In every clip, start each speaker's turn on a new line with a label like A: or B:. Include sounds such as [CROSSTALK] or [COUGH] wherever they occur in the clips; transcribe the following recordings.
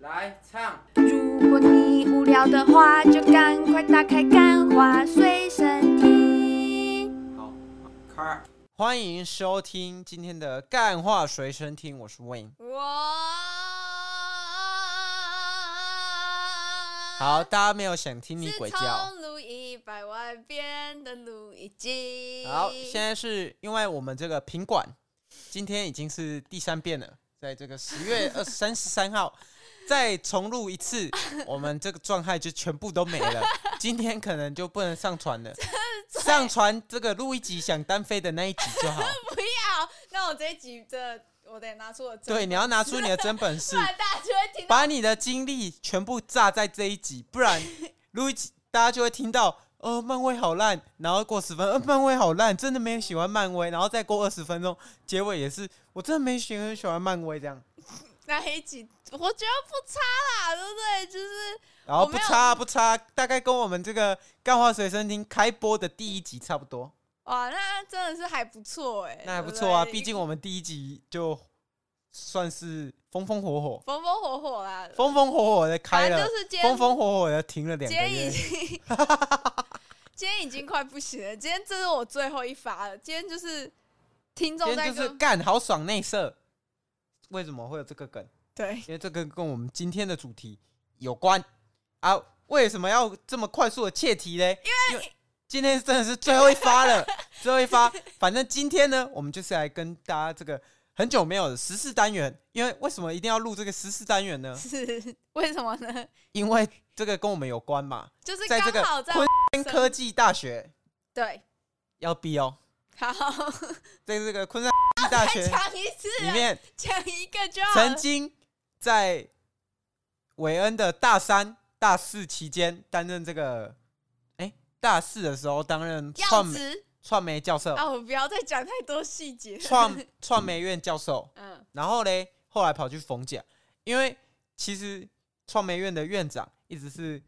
A: 来唱。
B: 如果你无聊的话，就赶快打开《干花随身听》。
A: 好，开。
C: 欢迎收听今天的干话随身听，我是 Wayne。
B: 我
C: 好，大家没有想听你
B: 啊是
C: 鬼叫。
B: 重录一百万遍的录一集。
C: 好，现在是因为我们这个品管今天已经是第三遍了，在这个十月
B: [LAUGHS]
C: 二三十三号再重录一次，我们这个状态就全部都没了。今天可能就不能上传了，上传这个录一集想单飞的那一集就好。
B: [LAUGHS] 不要，那我这一集的我得拿出我真
C: 对，，你要拿出你的真本事
B: 不。然大家就会听到
C: 把你的精力全部榨在这一集，不
B: [LAUGHS]
C: 然录一集大家就会听到，哦，漫威好烂，然后过十分，呃，漫威好烂，真的没有喜欢漫威，然后再过二十分钟，结尾也是，我真的没喜欢喜欢漫威这样，
B: 那一集，我觉得不差啦，对不对？就是
C: 然后
B: 我没
C: 不
B: 有
C: 差不差，大概跟我们这个干话随身听开播的第一集差不多，
B: 哇，那真的是还不错哎、
C: 那还不错啊，
B: 对不对
C: 毕竟我们第一集就算是风风火火，
B: 风风火火啦。
C: 风风火火的开
B: 反
C: 了
B: 正就是今，天
C: 风风火火的停了两
B: 今
C: 个
B: 天已
C: 月，
B: 经， [LAUGHS] 今天已经快不行了。今天这是我最后一发了。今天就是听
C: 今
B: 众在
C: 天就是
B: 跟
C: 干好爽内射。为什么会有这个梗？
B: 对
C: 因为这个跟我们今天的主题有关啊。为什么要这么快速的切题嘞？因为今天真的是最后一发了， [LAUGHS] 最后一发。反正今天呢，我们就是来跟大家这个很久没有的十四单元。因为为什么一定要录这个十四单元呢？
B: 是为什么呢？
C: 因为这个跟我们有关嘛。
B: 就是
C: 在
B: 刚
C: 这个
B: 好在
C: 昆山科技大学
B: 对
C: 要毕哦，
B: 好
C: 在这个昆山科技大
B: [LAUGHS]
C: 学
B: 讲一次
C: 里
B: 啊，
C: 面，
B: 讲一个就好
C: 曾
B: 了。
C: 经在韦恩的大三、大四期间担任这个，哎、大四的时候担任
B: 要
C: 创媒
B: 职
C: 创媒教授，
B: 啊，我不要再讲太多细节了。
C: 创创媒院教授，
B: 嗯，
C: 然后嘞，后来跑去冯甲，因为其实创媒院的院长一直是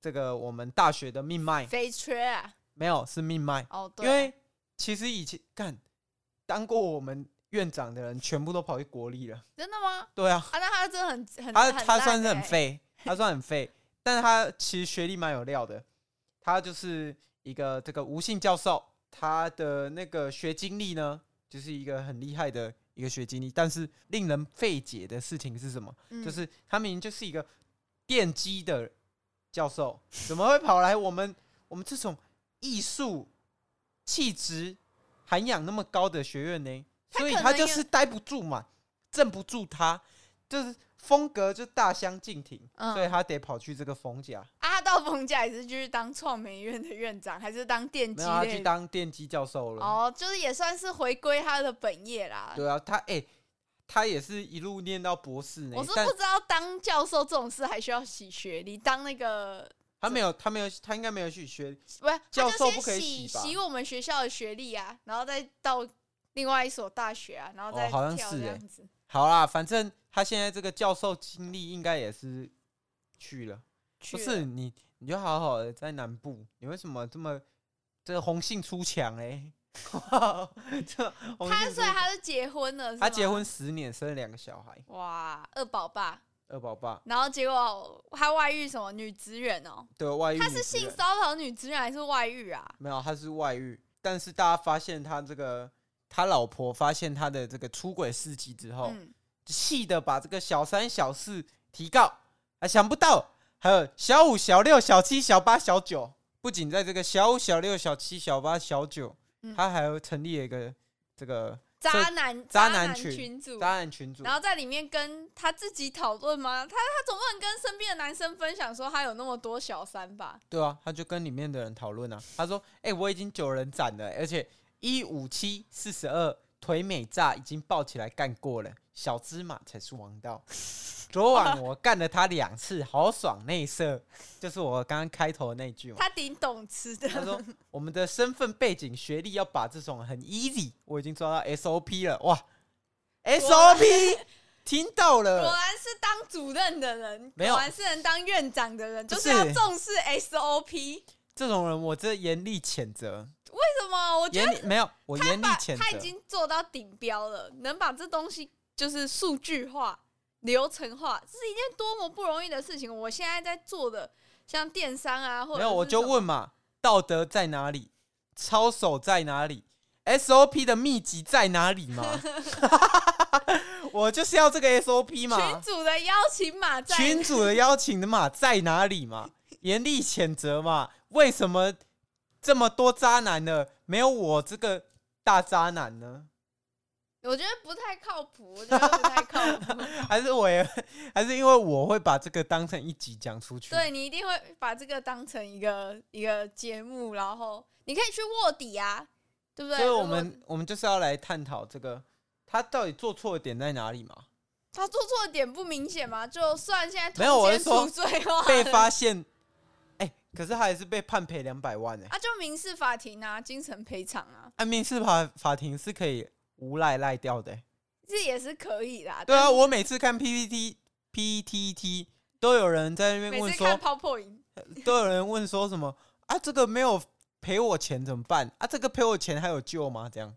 C: 这个我们大学的命脉，
B: 肥缺啊，
C: 没有是命脉，
B: 哦对
C: 因
B: 啊，
C: 为其实以前干当过我们院长的人，全部都跑去国立了，
B: 真的吗？
C: 对啊。
B: 啊，那他真的很很
C: 他
B: 很
C: 他
B: 烂
C: 算是很
B: 欸 [LAUGHS]
C: 废，他算很废，但是他其实学历蛮有料的。他就是一个这个吴姓教授，他的那个学经历呢，就是一个很厉害的一个学经历。但是令人费解的事情是什么？
B: 嗯
C: 就是他明明就是一个电机的教授， [LAUGHS] 怎么会跑来我们我们这种艺术气质涵养那么高的学院呢？
B: 他
C: 所以
B: 可
C: 他
B: 能
C: 就
B: 也
C: 是待不住嘛，镇不住他，就是风格就大相径庭，
B: 嗯
C: 所以他得跑去这个冯家，
B: 啊，他到冯家也是继续当创美院的院长，还是当电机
C: 没有他
B: 类
C: 去
B: 的？
C: 当电机教授了。
B: 哦，就是也算是回归他的本业啦。
C: 对啊，他哎、他也是一路念到博士呢
B: 我是，
C: 但
B: 不知道当教授这种事还需要洗学历，当那个
C: 他没有，他没有，他应该没有去学，
B: 不是
C: 教授
B: 他就
C: 不
B: 先
C: 可以
B: 洗
C: 洗吧
B: 我们学校的学历啊，然后再到另外一所大学啊，然后再
C: 哦好像
B: 跳
C: 是
B: 这
C: 欸
B: 样子
C: 好啦，反正他现在这个教授经历应该也是去了。
B: 去
C: 不
B: 了。
C: 是你，你就好好的在南部，你为什么这么这个红杏出墙嘞？ [LAUGHS] 这红
B: 他，
C: 杏出
B: 所以他是结婚了，是
C: 他结
B: 吗
C: 婚十年，生了两个小孩，
B: 哇，二宝爸，
C: 二宝爸
B: 然后结果他外遇什么女职员哦，
C: 对外遇，
B: 他是性，骚扰女职员还是外遇啊？
C: 没有，他是外遇，但是大家发现他这个他老婆发现他的这个出轨事迹之后，
B: 嗯，
C: 气的把这个小三小四提告，啊，想不到还有小五、小六、小七、小八、小九，不仅在这个小五、小六、小七、小八、小九，
B: 嗯
C: 他还有成立了一个这个
B: 渣男
C: 渣男
B: 男
C: 群
B: 组，
C: 渣男群组
B: 然，后在里面跟他自己讨论吗？他他总不能跟身边的男生分享说他有那么多小三吧？
C: 对啊，他就跟里面的人讨论啊，他说：“哎、我已经九人斩了、而且一五七四十二腿美炸已经抱起来干过了，小芝麻才是王道。昨晚我干了他两次，好爽内射，就是我刚刚开头的那句嘛。”
B: 他挺懂吃的，
C: 他
B: [LAUGHS]
C: 说我们的身份背景、学历要把这种很 easy，我已经抓到 SOP 了，哇，SOP
B: [LAUGHS]
C: 听到
B: 果
C: 了，
B: 然是当主任的人，
C: 没有
B: 果然是能当院长的人，
C: 不
B: 就是是要重视 SOP。为
C: 这种人我这严厉谴责，
B: 什么？我觉
C: 严
B: 得
C: 厉没有，我
B: 他
C: 严厉
B: 把
C: 谴
B: 他已
C: 责，
B: 经做到顶标了，能把这东西就是数据化。流程化，这是一件多么不容易的事情。我现在在做的，像电商啊，或者
C: 没有，我
B: 是
C: 就
B: 什么
C: 问嘛，道德在哪里？操守在哪里？SOP 的秘籍在哪里
B: [LAUGHS]
C: 嘛？ [LAUGHS] 我就是要这个 SOP
B: 群
C: 嘛，
B: 主的邀请码在
C: 群主的邀请的嘛在哪里嘛？严厉谴责嘛？为什么这么多渣男呢？没有我这个大渣男呢？
B: [LAUGHS] 我觉得不太靠谱，我觉得不太靠谱。
C: 还是我也， [LAUGHS] 还是因为我会把这个当成一集讲出去？
B: 对你一定会把这个当成一个一个节目，然后你可以去卧底啊，对不对？
C: 所以
B: 如
C: 我
B: 果
C: 们我们就是要来探讨这个他到底做错的点在哪里
B: [LAUGHS]
C: 嘛？
B: 他做错的点不明显嘛，就算现在
C: 没有我是
B: 通
C: 说
B: 奸处罪化
C: 被
B: 了
C: 发现，哎、可是他还是被判赔两百万哎、
B: [LAUGHS] 啊，就民事法庭啊，精神赔偿啊，
C: 啊，民事法法庭是可以无赖赖掉的欸、
B: 这也是可以啦。
C: [LAUGHS] 对啊，
B: 但是
C: 我每次看 PPT、PTT 都有人在那边
B: 每
C: 问
B: 次看
C: 说，
B: 泡泡影，
C: [LAUGHS] 都有人问说什么啊？这个没有赔我钱怎么办？啊，这个赔我钱还有救吗？这样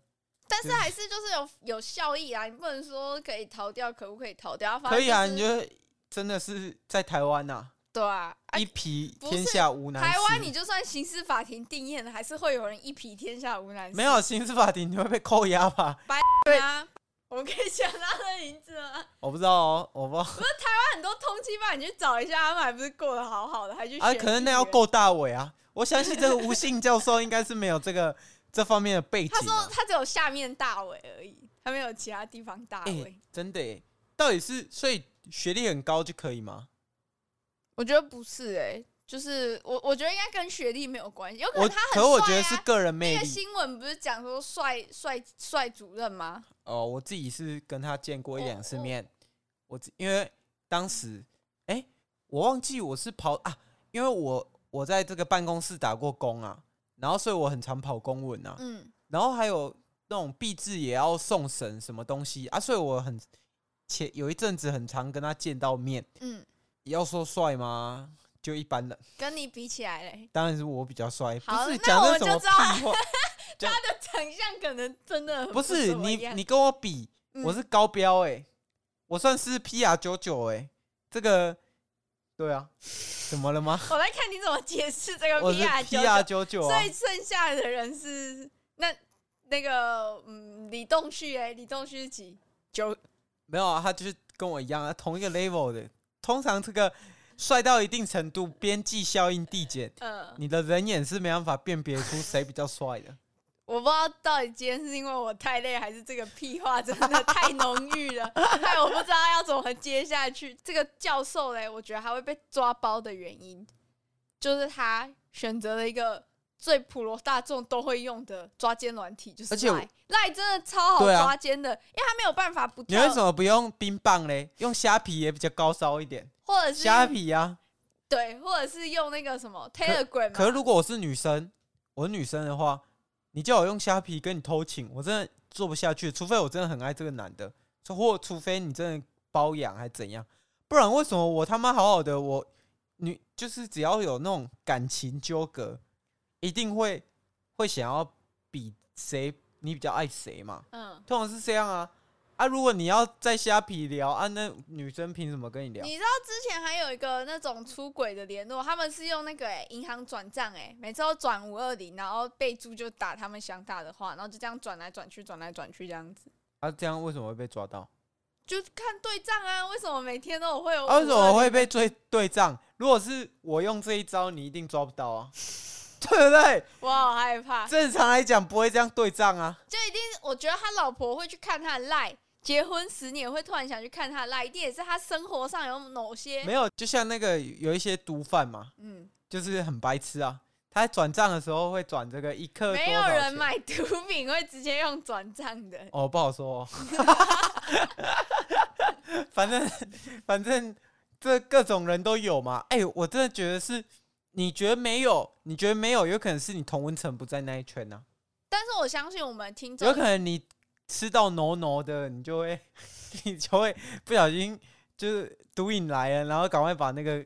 B: 但是还是就是有有效益啊，你不能说可以逃掉，可不可以逃掉？反正
C: 可以啊？
B: 就
C: 你
B: 是
C: 就真的是在台湾呐、
B: 对啊，啊
C: 一皮
B: 不
C: 天
B: 是
C: 下无难事。
B: 台湾你就算刑事法庭定谳了，还是会有人一匹天下无难事。
C: 没有刑事法庭，你会被扣押吧？ [LAUGHS]
B: 啊，我们可以想他的名字吗？
C: 我不知道哦，我不知道。
B: 他很多通缉犯，你去找一下，他们还不是过得好好的，还去
C: 啊，
B: 选
C: 可能那
B: 议
C: 要
B: 员。
C: 够大伟啊！我相信这个吴信教授应该是没有这个 [LAUGHS] 这方面的背景、
B: 他说
C: 啊。
B: 他只有下面大尾而已，他没有其他地方大
C: 哎、
B: 尾。
C: 真的、欸，到底是所以学历很高就可以吗？
B: 我觉得不是哎、就是我我觉得应该跟学历没有关系，有可
C: 我
B: 能他很帅、啊、
C: 可我觉得是个人魅
B: 那个
C: 力
B: 新闻不是讲说帅帅帅主任吗？
C: 哦。我自己是跟他见过一
B: 我
C: 两次
B: 我
C: 面，我自因为当时哎、我忘记我是跑啊，因为我我在这个办公室打过工啊，然后所以我很常跑公文啊，
B: 嗯，
C: 然后还有那种币制也要送审什么东西啊，所以我很前有一阵子很常跟他见到面。
B: 嗯，
C: 要说帅吗？就一般的，
B: 跟你比起来嘞，
C: 当然是我比较帅，不
B: 好
C: 是
B: 那
C: 讲
B: 我
C: 那什
B: 就
C: 么
B: 知道
C: 屁话，
B: 他的长相可能真的
C: [LAUGHS]
B: 很
C: 不是
B: 怎么
C: 你
B: 样
C: 你跟我比，
B: 嗯
C: 我是高标哎、我算是 P R 九九哎，这个对啊，怎么了吗？
B: 我来看你怎么解释这个
C: 我是
B: P R
C: P R 九九啊
B: 所，以剩下的人是那那个嗯，李栋旭哎，李栋旭是几？九
C: 没有啊，他就是跟我一样啊，同一个 level 的。通常这个帅到一定程度，边际效应递减，
B: 呃，
C: 你的人眼是没办法辨别出谁比较帅的。
B: 我不知道到底今天是因为我太累，还是这个屁话真的太浓郁了，害我不知道要怎么接下去。这个教授嘞，我觉得他会被抓包的原因，就是他选择了一个。最普罗大众都会用的抓奸软体就是
C: 而且我
B: 赖赖真的超好
C: 对啊
B: 抓奸的，因为他没有办法不
C: 你
B: 跳
C: 为，什么不用冰棒嘞？用虾皮也比较高烧一点，
B: 或者是
C: 虾皮啊。
B: 对，或者是用那个什么 Telegram 啊嘛。
C: 可是如果我是女生，我是女生的话，你叫我用虾皮跟你偷情，我真的做不下去，除非我真的很爱这个男的，除或除非你真的包养还怎样，不然为什么我他妈好好的我女就是只要有那种感情纠葛，一定会会想要比谁你比较爱谁嘛，
B: 嗯，
C: 通常是这样啊。啊，如果你要在虾皮聊啊，那女生凭什么跟你聊？
B: 你知道之前还有一个那种出轨的联络，他们是用那个哎、银行转账哎，每次都转五二零，然后备注就打他们想打的话，然后就这样转来转去，转来转去这样子，
C: 啊，这样为什么会被抓到？
B: 就看对账啊。为什么每天都有会有？
C: 啊，为什么会？被追对账？如果是我用这一招，你一定抓不到啊， [LAUGHS] 对不对？
B: 我好害怕。
C: 正常来讲不会这样对账啊。
B: 就一定，我觉得他老婆会去看他的赖，结婚十年会突然想去看他的赖，一定也是他生活上有某些
C: 没有，就像那个有一些毒贩嘛，
B: 嗯，
C: 就是很白痴啊。他在转账的时候会转这个一克多少
B: 没有人
C: 钱
B: 买毒品会直接用转账的。
C: 哦，不好说、哦。
B: [LAUGHS]
C: 反正反正这各种人都有嘛。哎、我真的觉得是，你觉得没有，你觉得没有，有可能是你同温层不在那一圈啊呐、
B: 但是我相信我们听众
C: 有可能你吃到浓浓的，你就会 [LAUGHS] 你就会不小心就是毒瘾来了，然后赶快把那个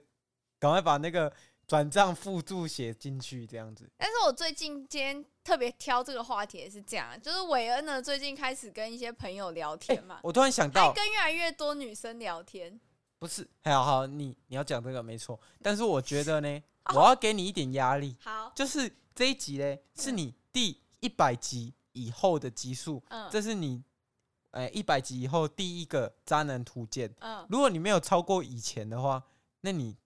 C: 赶快把那个转账附注写进去这样子。
B: 但是我最近今天特别挑这个话题也是这样，就是韦恩呢最近开始跟一些朋友聊天嘛，
C: 哎我突然想
B: 还
C: 到，
B: 跟越来越多女生聊天。
C: 不是，还好好，你你要讲这个没错，但是我觉得呢，我要给你一点压力，
B: 好，
C: 就是这一集呢是你第一百集以后的集数，
B: 嗯
C: 这是你呃一百集以后第一个渣男图鉴。
B: 嗯，
C: 如果你没有超过以前的话，那你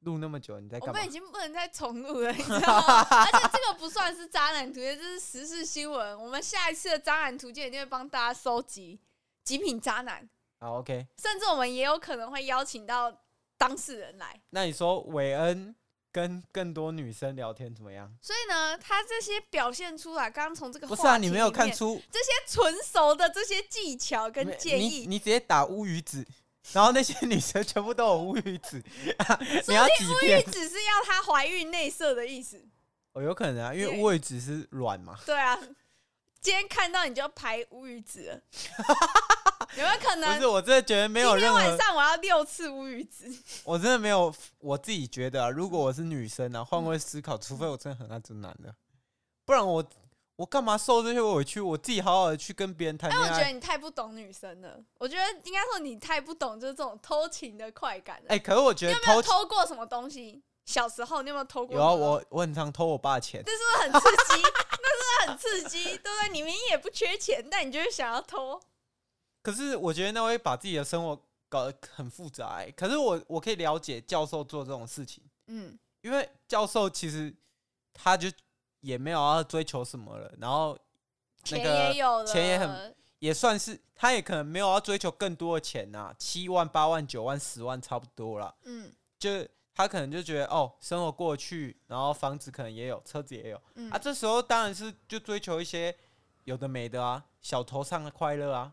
C: 录那么久你在
B: 我
C: 干嘛
B: 们已？经不能再重录了，你知道
C: [LAUGHS]
B: 吗？而且这个不算是渣男图鉴，这是时事新闻。我们下一次的渣男图鉴一定会帮大家收集极品渣男，
C: 好，OK，
B: 甚至我们也有可能会邀请到当事人来。
C: 那你说韦恩跟更多女生聊天怎么样？
B: 所以呢，他这些表现出来，刚刚从这个
C: 不是啊，
B: 话题
C: 你没有
B: 里
C: 看
B: 面
C: 出
B: 这些纯熟的这些技巧跟
C: 没
B: 建
C: 你
B: 议，
C: 你直接打乌鱼子， [LAUGHS] 然后那些女生全部都有乌鱼子， [LAUGHS] 你要几遍？
B: 只是要她怀孕内射的意思。
C: 哦，有可能啊，因为
B: 对
C: 乌鱼子是软嘛。
B: 对啊，今天看到你就排乌鱼子
C: [LAUGHS]
B: 了，有没有可
C: 不
B: 能
C: 是，？我真的觉得没有
B: 今天
C: 任
B: 晚
C: 何，
B: 上我要六次乌鱼子，
C: 我真的没有，我自己觉得啊，如果我是女生啊，换位思考，除非我真的很爱这男的，不然我我干嘛受这些委屈？我自己好好的去跟别人谈
B: 但
C: 恋
B: 我觉得
C: 爱。
B: 你太不懂女生了。我觉得应该说你太不懂，就是这种偷情的快感了。
C: 哎、可是我觉
B: 你
C: 得
B: 有没
C: 偷
B: 有偷过什么东西？小时候你有没有偷过
C: 有
B: 什么
C: 啊，
B: 东西？
C: 我我很常偷我爸钱。
B: 这是不是很刺激？ [LAUGHS] 那是不是很刺激？对不对？你明明也不缺钱，但你就是想要偷。
C: 可是我觉得那会把自己的生活搞得很复杂、欸。可是我我可以了解教授做这种事情，
B: 嗯，
C: 因为教授其实他就也没有要追求什么了，然后那
B: 钱
C: 个
B: 也有了，
C: 钱也很也算是他也可能没有要追求更多的钱呐、七万、八万、九万、十万差不多啦。
B: 嗯
C: 就是他可能就觉得哦，生活过得去，然后房子可能也有，车子也有
B: 嗯
C: 啊。这时候当然是就追求一些有的没的啊，小头上的快乐
B: [LAUGHS]
C: 啊，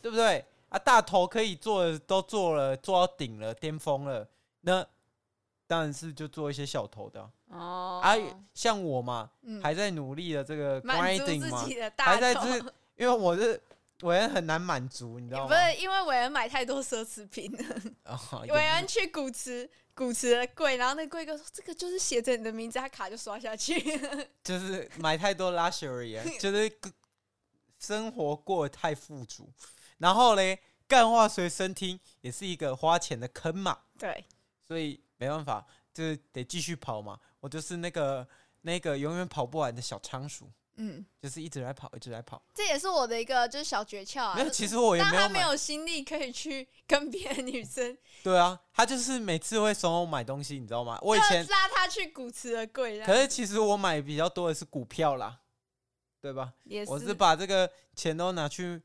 C: 对不对？啊，大头可以做的都做了，做到顶了，巅峰了，那当然是就做一些小头的啊。
B: 哦
C: 啊像我嘛，
B: 嗯
C: 还在努力的这个
B: 满足
C: grinding 嘛
B: 自己，的大
C: 还在
B: 头
C: 这，因为我是我也很难满足，你知道
B: 不
C: 吗？
B: 是因为韦恩买太多奢侈品
C: [LAUGHS]
B: 了。
C: 哦也不
B: 韦恩去古驰，古驰的柜，然后那柜哥说：“这个就是写着你的名字，他卡就刷下去。
C: 就是买太多 luxury，啊就是个生活过得太富足。然后嘞，干话随身听也是一个花钱的坑嘛，”
B: [LAUGHS] 对，
C: 所以没办法，就是得继续跑嘛。我就是那个那个永远跑不完的小仓鼠，
B: 嗯，
C: 就是一直来跑，一直来跑。
B: 这也是我的一个就是小诀窍啊。
C: 没有，
B: 就是
C: 其实我也
B: 当
C: 没有
B: 他没
C: 买。
B: 有心力可以去跟别的女生，
C: 对啊，他就是每次会怂恿我买东西，你知道吗？ [LAUGHS] 我以
B: 就
C: 前
B: 拉他去古驰的柜，这
C: 可
B: 样
C: 是其实我买比较多的是股票啦，对吧？
B: 也
C: 我是把这个钱都拿去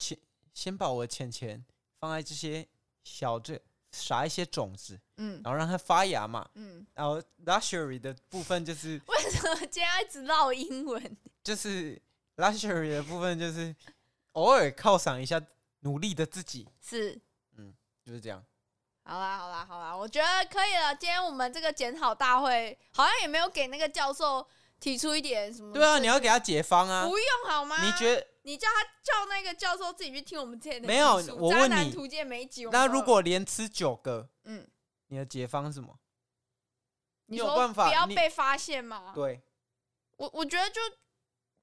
C: 钱，先把我的钱钱放在这些小这撒一些种子，
B: 嗯
C: 然后让它发芽嘛。
B: 嗯，
C: 然后 luxury 的部分就是
B: [LAUGHS] 为什么今天要一直唠英文？
C: 就是 luxury 的部分就是偶尔犒赏一下努力的自己，
B: 是
C: 就是这样。
B: 好啦，好啦，好啦，我觉得可以了。今天我们这个检讨大会好像也没有给那个教授提出一点什么。
C: 对啊，你要给他解放啊！
B: 不用好吗？
C: 你觉得
B: 你叫他叫那个教授自己去听我们之前的
C: 没有
B: 集数
C: 我
B: 渣
C: 问
B: 男
C: 你
B: 图鉴每一集我们
C: 那
B: 都
C: 如
B: 有
C: 果连吃九个，
B: 嗯，
C: 你的解放是什么？
B: 你
C: 有
B: 说
C: 办法
B: 不要
C: 你
B: 被发现吗？
C: 对，
B: 我我觉得就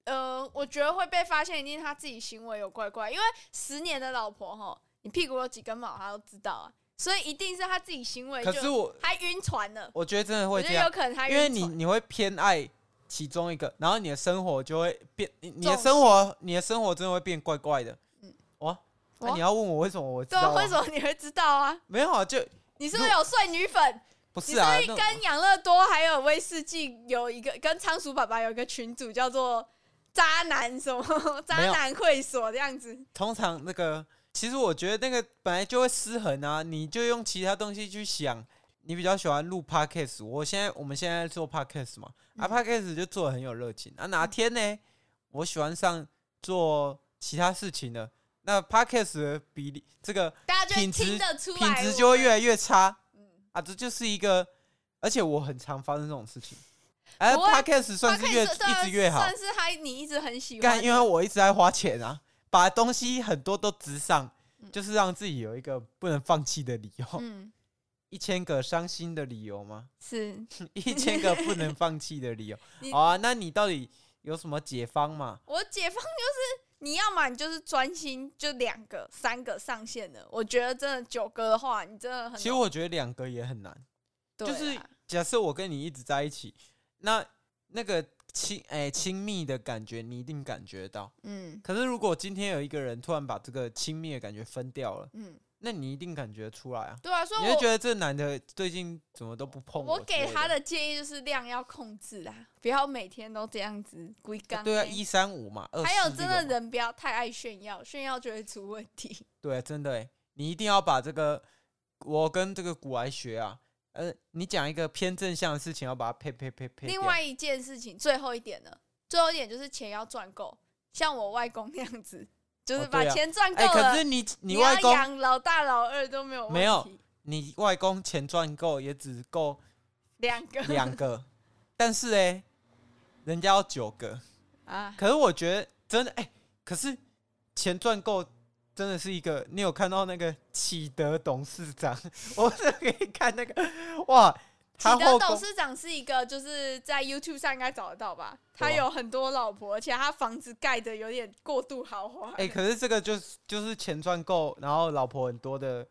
B: 呃，我觉得会被发现，一定是他自己行为有怪怪，因为十年的老婆哈，你屁股有几根毛他都知道啊，所以一定是他自己行为
C: 可是
B: 就
C: 我
B: 他晕船了。
C: 我觉得真的
B: 我
C: 会
B: 觉
C: 这
B: 得
C: 样
B: 有。可能他
C: 因为
B: 晕
C: 你
B: 船
C: 你会偏爱其中一个，然后你的生活就会变，你你的
B: 重
C: 生活你的生活真的会变怪怪的。
B: 嗯
C: 嗯，哇，那、
B: 哇
C: 你要问我为什么我知
B: 对啊，
C: 道、
B: 为什？么你会知道啊？
C: 没有啊，就
B: 你是不是有睡女粉？
C: 不
B: 你
C: 是
B: 是
C: 啊，
B: 不是
C: 那
B: 跟养乐多还有威士忌有一个跟仓鼠爸爸有一个群组叫做“渣男什么渣男会所”这样子？
C: 通常那个，其实我觉得那个本来就会失衡啊，你就用其他东西去想。你比较喜欢录 podcast，我现在我们现在做 podcast 嘛，啊
B: 嗯
C: podcast 就做的很有热情啊。哪天呢，我喜欢上做其他事情了，那 podcast 的比例这个
B: 大家就会
C: 品质
B: 听得出来我
C: 品
B: 们，
C: 质就会越来越差。
B: 嗯
C: 啊，这就是一个，而且我很常发生这种事情。哎
B: 不会
C: ，Podcast 算是越
B: Podcast 对啊
C: 一直越好，
B: 算是他你一直很喜欢
C: 干，
B: 的。
C: 因为我一直在花钱啊，把东西很多都直上
B: 嗯，
C: 就是让自己有一个不能放弃的理由。
B: 嗯，
C: [LAUGHS]
B: [LAUGHS]
C: 一千个伤心的理由吗？
B: 是
C: 一千个不能放弃的理由
B: [LAUGHS] 你。
C: 好啊，那你到底有什么解方嘛？
B: 我解放就是你要嘛，你就是专心，就两个、三个上线的。我觉得真的九个的话，你真的很
C: 其实我觉得两个也很难。
B: 对啊
C: 就
B: 啦
C: 是假设我跟你一直在一起，那那个亲哎亲密的感觉你一定感觉到。
B: 嗯
C: 可是如果今天有一个人突然把这个亲密的感觉分掉了，
B: 嗯，
C: 那你一定感觉出来啊。
B: 对啊，所以
C: 你会觉
B: 我
C: 得这男的最近怎么都不碰
B: 我
C: 之类啊
B: 给他的建议就是量要控制啦，不要每天都这样子龟缸、欸
C: 对啊，一三五嘛，二
B: 还有
C: 四
B: 真
C: 这个
B: 的
C: 嘛
B: 人不要太爱炫耀，炫耀就会出问题。
C: [LAUGHS] 对，真的欸，你一定要把这个，我跟这个古来学啊，呃，你讲一个偏正向的事情，要把它配配配配掉。
B: 另外一件事情，最后一点呢，最后一点就是钱要赚够，像我外公那样子，就是
C: 哦
B: 把
C: 对啊
B: 钱赚够
C: 哎、
B: 了，
C: 可是你你
B: 你
C: 外
B: 要
C: 公，
B: 养老大老二都没有问题
C: 没有你外公钱赚够也只够
B: 两个
C: 两个，但是哎，人家要九个。
B: 啊，
C: 可是我觉得真的哎、可是钱赚够真的是一个，你有看到那个启德董事长，我是可以看那个哇，
B: 启
C: 他
B: 德
C: 后
B: 董
C: 宫
B: 事长是一个，就是在 YouTube 上应该找得到吧？他
C: 对啊
B: 有很多老婆，而且他房子盖的有点过度豪华，
C: 哎、可是这个就是就是钱赚够，然后老婆很多的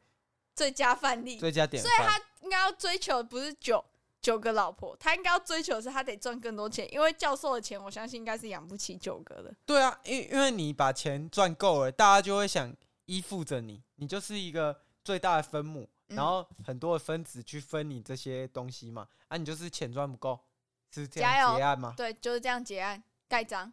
B: 最佳范例。
C: 最佳典
B: 所
C: 范
B: 以。他应该要追求的不是九九个老婆，他应该要追求的是他得赚更多钱，因为教授的钱我相信应该是养不起九个的。
C: 对啊，因因为你把钱赚够了，大家就会想依附着你，你就是一个最大的分母，
B: 嗯
C: 然后很多的分子去分你这些东西嘛。啊，你就是钱赚不够，是这
B: 加
C: 样
B: 油
C: 结案吗？
B: 对，就是这样结案盖章。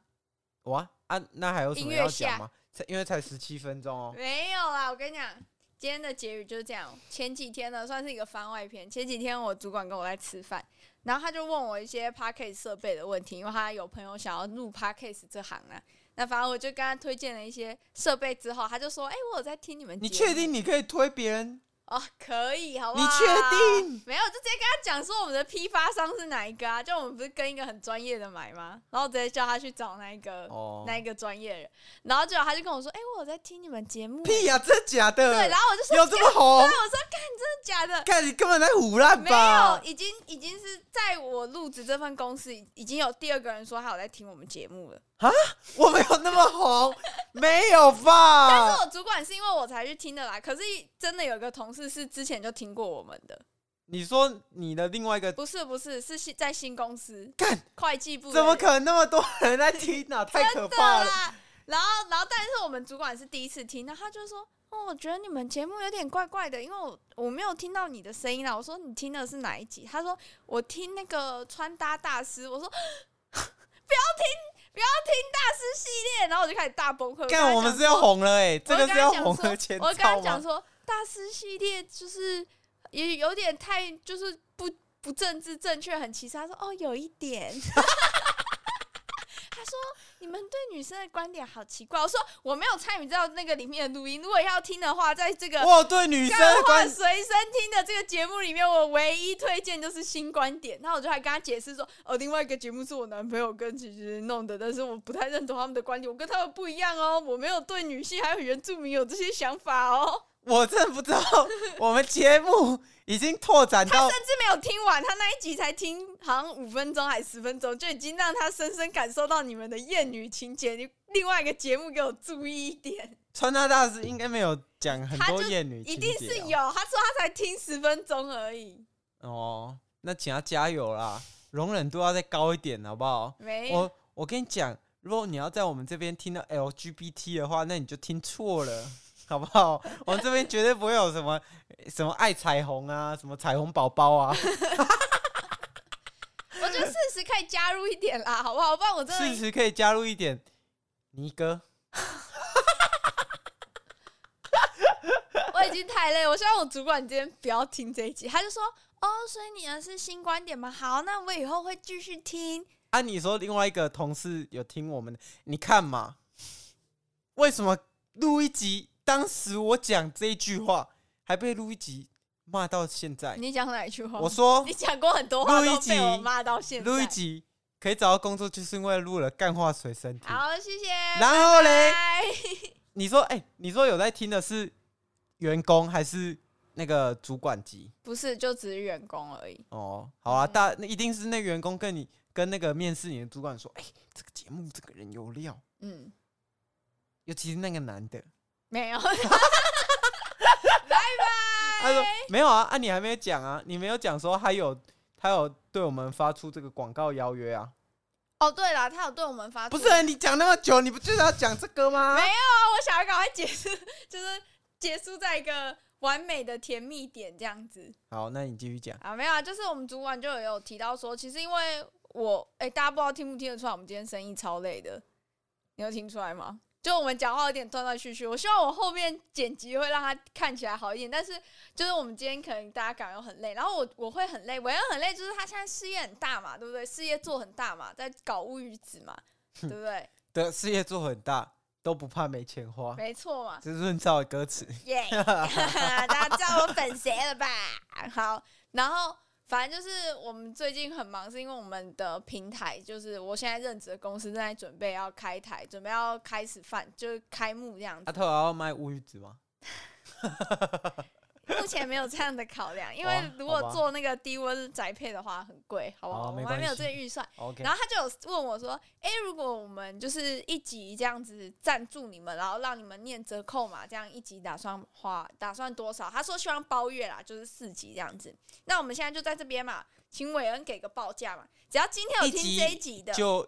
C: 哇啊，那还有什
B: 音
C: 么
B: 乐
C: 要讲
B: 下
C: 吗？才因为才十七分钟哦。
B: 没有啦，我跟你讲，今天的结语就是这样。前几天呢，算是一个番外篇。前几天我主管跟我在吃饭，然后他就问我一些 p a c k a g e 设备的问题，因为他有朋友想要入 p a c k a g e 这行啊。那反正我就跟他推荐了一些设备之后，他就说：“哎、我有在听你们。”
C: 你确定？你可以推别人？
B: 哦，可以，好不好？
C: 你确定？
B: 没有，就直接跟他讲说我们的批发商是哪一个啊？就我们不是跟一个很专业的买吗？然后直接叫他去找那一个、
C: 哦，
B: 那一个专业人，然后结果他就跟我说：“哎、我有在听你们节目。”
C: 屁呀、真假的？
B: 对，然后我就说
C: 有这么红？
B: 真的假的？
C: 看你根本在胡乱
B: 没
C: 吧
B: 有，？已经已经是在我入职这份公司，已已经有第二个人说他有在听我们节目了。
C: 我没有那么红，没有吧？
B: 但是我主管是因为我才去听的啦，可是真的有一个同事是之前就听过我们的，
C: 你说你的另外一个
B: 不是不是，是新在新公司
C: 干，
B: 会计部的
C: 怎么可能那么多人在 [LAUGHS] 听呢、太可
B: 对
C: 怕了！
B: 啦？然后然后但是我们主管是第一次听，然后他就说。哦，我觉得你们节目有点怪怪的，因为我我没有听到你的声音啦。我说你听的是哪一集？他说我听那个穿搭大师。我说 [LAUGHS] 不要听，不要听大师系列。然后我就开始大崩溃。跟他
C: 干，我们
B: 讲
C: 是要
B: 说
C: 红了哎、这
B: 我
C: 个是
B: 跟他
C: 要
B: 讲
C: 红
B: 说
C: 的前
B: 我跟他
C: 兆
B: 讲
C: 吗？
B: 说，大师系列就是也有点太就是不不政治正确，很歧视。他说哦，有一点。 [LAUGHS] 他说你们对女生的观点好奇怪。我说我没有参与到那个里面的录音，如果要听的话，在这个
C: 我有对女生
B: 干
C: 的
B: 话
C: 关
B: 随身听的这个节目里面，我唯一推荐就是新观点。那我就还跟他解释说，哦，另外一个节目是我男朋友跟其实弄的，但是我不太认同他们的观点，我跟他们不一样哦，我没有对女性还有原住民有这些想
C: [LAUGHS]
B: 法哦。
C: 我真的不知道我们节目已经拓展到
B: 甚至没有听完，他那一集才听，好像五分钟还是十分钟，就已经让他深深感受到你们的厌女情节。你另外一个节目给我注意一点，
C: 穿搭大师，应该没有讲很
B: 他
C: 多
B: 就
C: 艳女
B: 一
C: [LAUGHS] 情
B: 定
C: 节
B: 是
C: 哦
B: 有。他说他才听十分钟而已，
C: 哦。那请他加油啦，容忍度要再高一点，好不好？
B: 没有。
C: 我我跟你讲，如果你要在我们这边听到 LGBT 的话，那你就听错了， [LAUGHS] 好不好？我们这边绝对不会有什么什么爱彩虹啊，什么彩虹宝宝啊，
B: 我觉得事实可以加入一点啦，好不好？不然我 [LAUGHS] 真
C: 事
B: 的
C: 实可以加入一点尼哥。
B: [LAUGHS] 我已经太累。我希望我主管今天不要听这一集，他就说：“哦，所以你的是新观点吗？好，那我以后会继续听。
C: 啊，你说另外一个同事有听我们的，你看嘛，为什么录一集？当时我讲这一句话，还被录一集骂到现”在。
B: 你讲哪一句话？
C: 哎我说
B: 你讲过很多话
C: 录一
B: 都
C: 集
B: 被我骂到现在。
C: 录一集可以找到工作，就是因为录了干话随身听。
B: 好，谢谢。
C: 然后嘞，
B: 拜。
C: 你说，哎、你说有在听的是员工还是那个主管级
B: 不是，就只是员工而已。
C: 哦。好啊，大那一定是那员工跟你跟那个面试你的主管说，哎、这个节目这个人有料，
B: 嗯，
C: 尤其是那个男的，
B: 没有， [LAUGHS]
C: 他说没有啊，啊你还没讲啊，你没有讲说他有他有对我们发出这个广告邀约啊，
B: 哦，对了，他有对我们发出
C: 不是、啊、你讲那么久，你不就是要讲这个吗
B: 没？啊，我想要赶快结束， [LAUGHS] 就是结束在一个完美的甜蜜点这样子
C: 好，那你继续讲。
B: 啊，没有啊，就是我们主管就有提到说，其实因为我，哎、大家不知道听不听得出来，我们今天生意超累的，你有听出来吗？就我们讲话有点断断续续，我希望我后面剪辑会让它看起来好一点，但是就是我们今天可能大家感觉很累，然后我我会很累，我也很累，就是他现在事业很大嘛，对不对？事业做很大嘛，在搞乌鱼子嘛，对不对？
C: 的事业做很大，都不怕没钱花，
B: 没错嘛，
C: 这是润燥的歌词。 [LAUGHS]
B: 耶！ [LAUGHS] 大家知道我粉谁了吧？ [LAUGHS] 好，然后反正就是我们最近很忙，是因为我们的平台，就是我现在任职的公司正在准备要开台，准备要开始放，就是开幕这样
C: 阿
B: 子。
C: 特要卖乌鱼子吗？
B: 目前没有这样的考量，因为
C: [LAUGHS] 哇
B: 如
C: 好
B: 果
C: 吧
B: 做那个低温宅配的话很贵，好不好？
C: 哦
B: 我
C: 没
B: 们还没有
C: 关系
B: 这个预算。
C: 哦 OK，
B: 然后他就有问我说：“诶，如果我们就是一集这样子赞助你们，然后让你们念折扣嘛，这样一集打算花打算多少？”他说希望包月啦，就是四集这样子。那我们现在就在这边嘛，请韦恩给个报价嘛。只要今天有
C: 一
B: 听
C: 集
B: 这一集的，
C: 就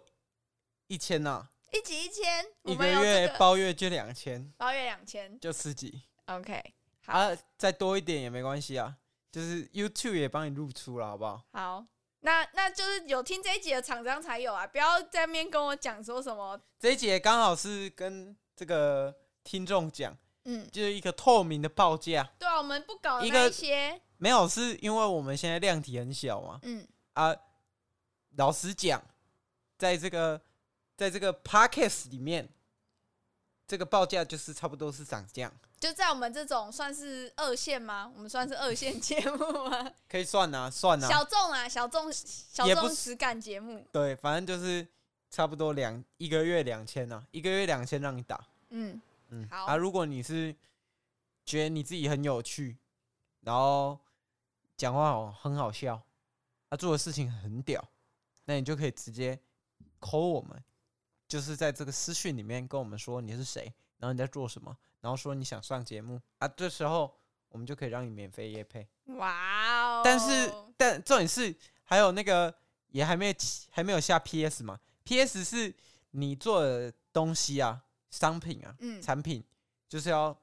C: 一千呐，
B: 一集一千，我
C: 一
B: 们
C: 个
B: 有这
C: 月
B: 个
C: 包月就两千，
B: 包月两千。
C: 就四集
B: OK，好，
C: 啊，再多一点也没关系啊，就是 YouTube 也帮你露出了，好不好？
B: 好。那那就是有听这一集的厂商才有啊，不要在面跟我讲说什么，
C: 这一节刚好是跟这个听众讲，
B: 嗯，
C: 就是一个透明的报价，
B: 对啊，我们不搞
C: 一
B: 那
C: 个
B: 一些，
C: 没有是因为我们现在量体很小嘛，
B: 嗯，
C: 啊，老实讲，在这个在这个 podcast 里面，这个报价就是差不多是涨这样，
B: 就在我们这种算是二线吗？我们算是二线节目
C: [LAUGHS]
B: 吗？
C: 可以算啊，算啊，
B: 小众啊，小众小
C: 也不
B: 众
C: 是
B: 实感节目，
C: 对，反正就是差不多两一个月两千啊，一个月两千让你打，
B: 嗯，
C: 嗯，
B: 好
C: 啊，如果你是觉得你自己很有趣，然后讲话好很好笑，他做的事情很屌，那你就可以直接扣我们，就是在这个私讯里面跟我们说你是谁，然后你在做什么，然后说你想上节目啊，这时候我们就可以让你免费夜配。
B: 哇哦！
C: 但是，但重点是还有那个也还没起还没有下 PS 嘛，PS 是你做的东西啊，商品啊，
B: 嗯，
C: 产品就是要，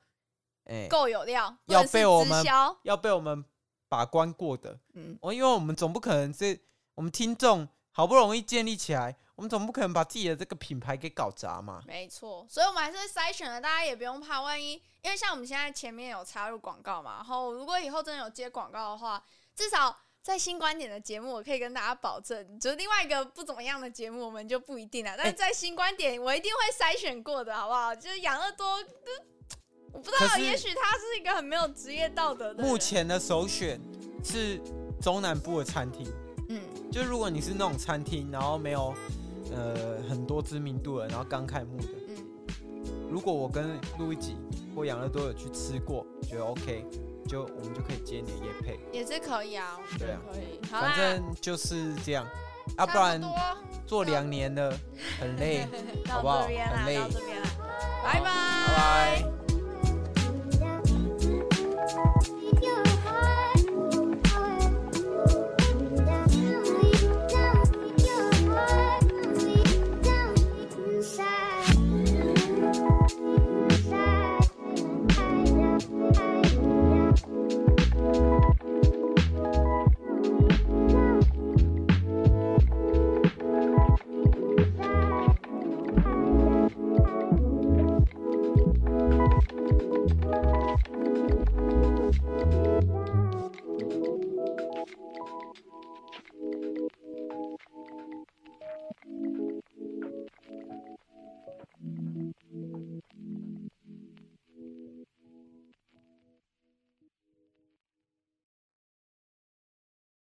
C: 哎、
B: 够有料，
C: 要
B: 或者是
C: 被我们
B: 直销，
C: 要被我们把关过的。
B: 嗯，
C: 哦，因为我们总不可能这我们听众好不容易建立起来，我们总不可能把自己的这个品牌给搞砸嘛。
B: 没错，所以我们还是会筛选的，大家也不用怕，万一因为像我们现在前面有插入广告嘛，然后如果以后真的有接广告的话，至少在新观点的节目，我可以跟大家保证，就是另外一个不怎么样的节目，我们就不一定了。
C: 哎
B: 但是在新观点，我一定会筛选过的，好不好？就是养乐多，就我不知
C: 可
B: 道，
C: 是
B: 也许他是一个很没有职业道德的人。
C: 目，前的首选是中南部的餐厅，
B: 嗯，
C: 就如果你是那种餐厅，然后没有呃很多知名度的，然后刚开幕的，
B: 嗯
C: 如果我跟路易吉或养乐多有去吃过，觉得 OK，就我们就可以接你的夜配。
B: 也是可以啊，我觉
C: 对
B: 得
C: 啊
B: 可以。好啦，
C: 反正就是这样，啊，
B: 差
C: 不然
B: 不多
C: 做两年了，很累。好不
B: 到
C: 好
B: 这边啦，
C: 很累
B: 到这边啦，拜拜，
C: 拜拜。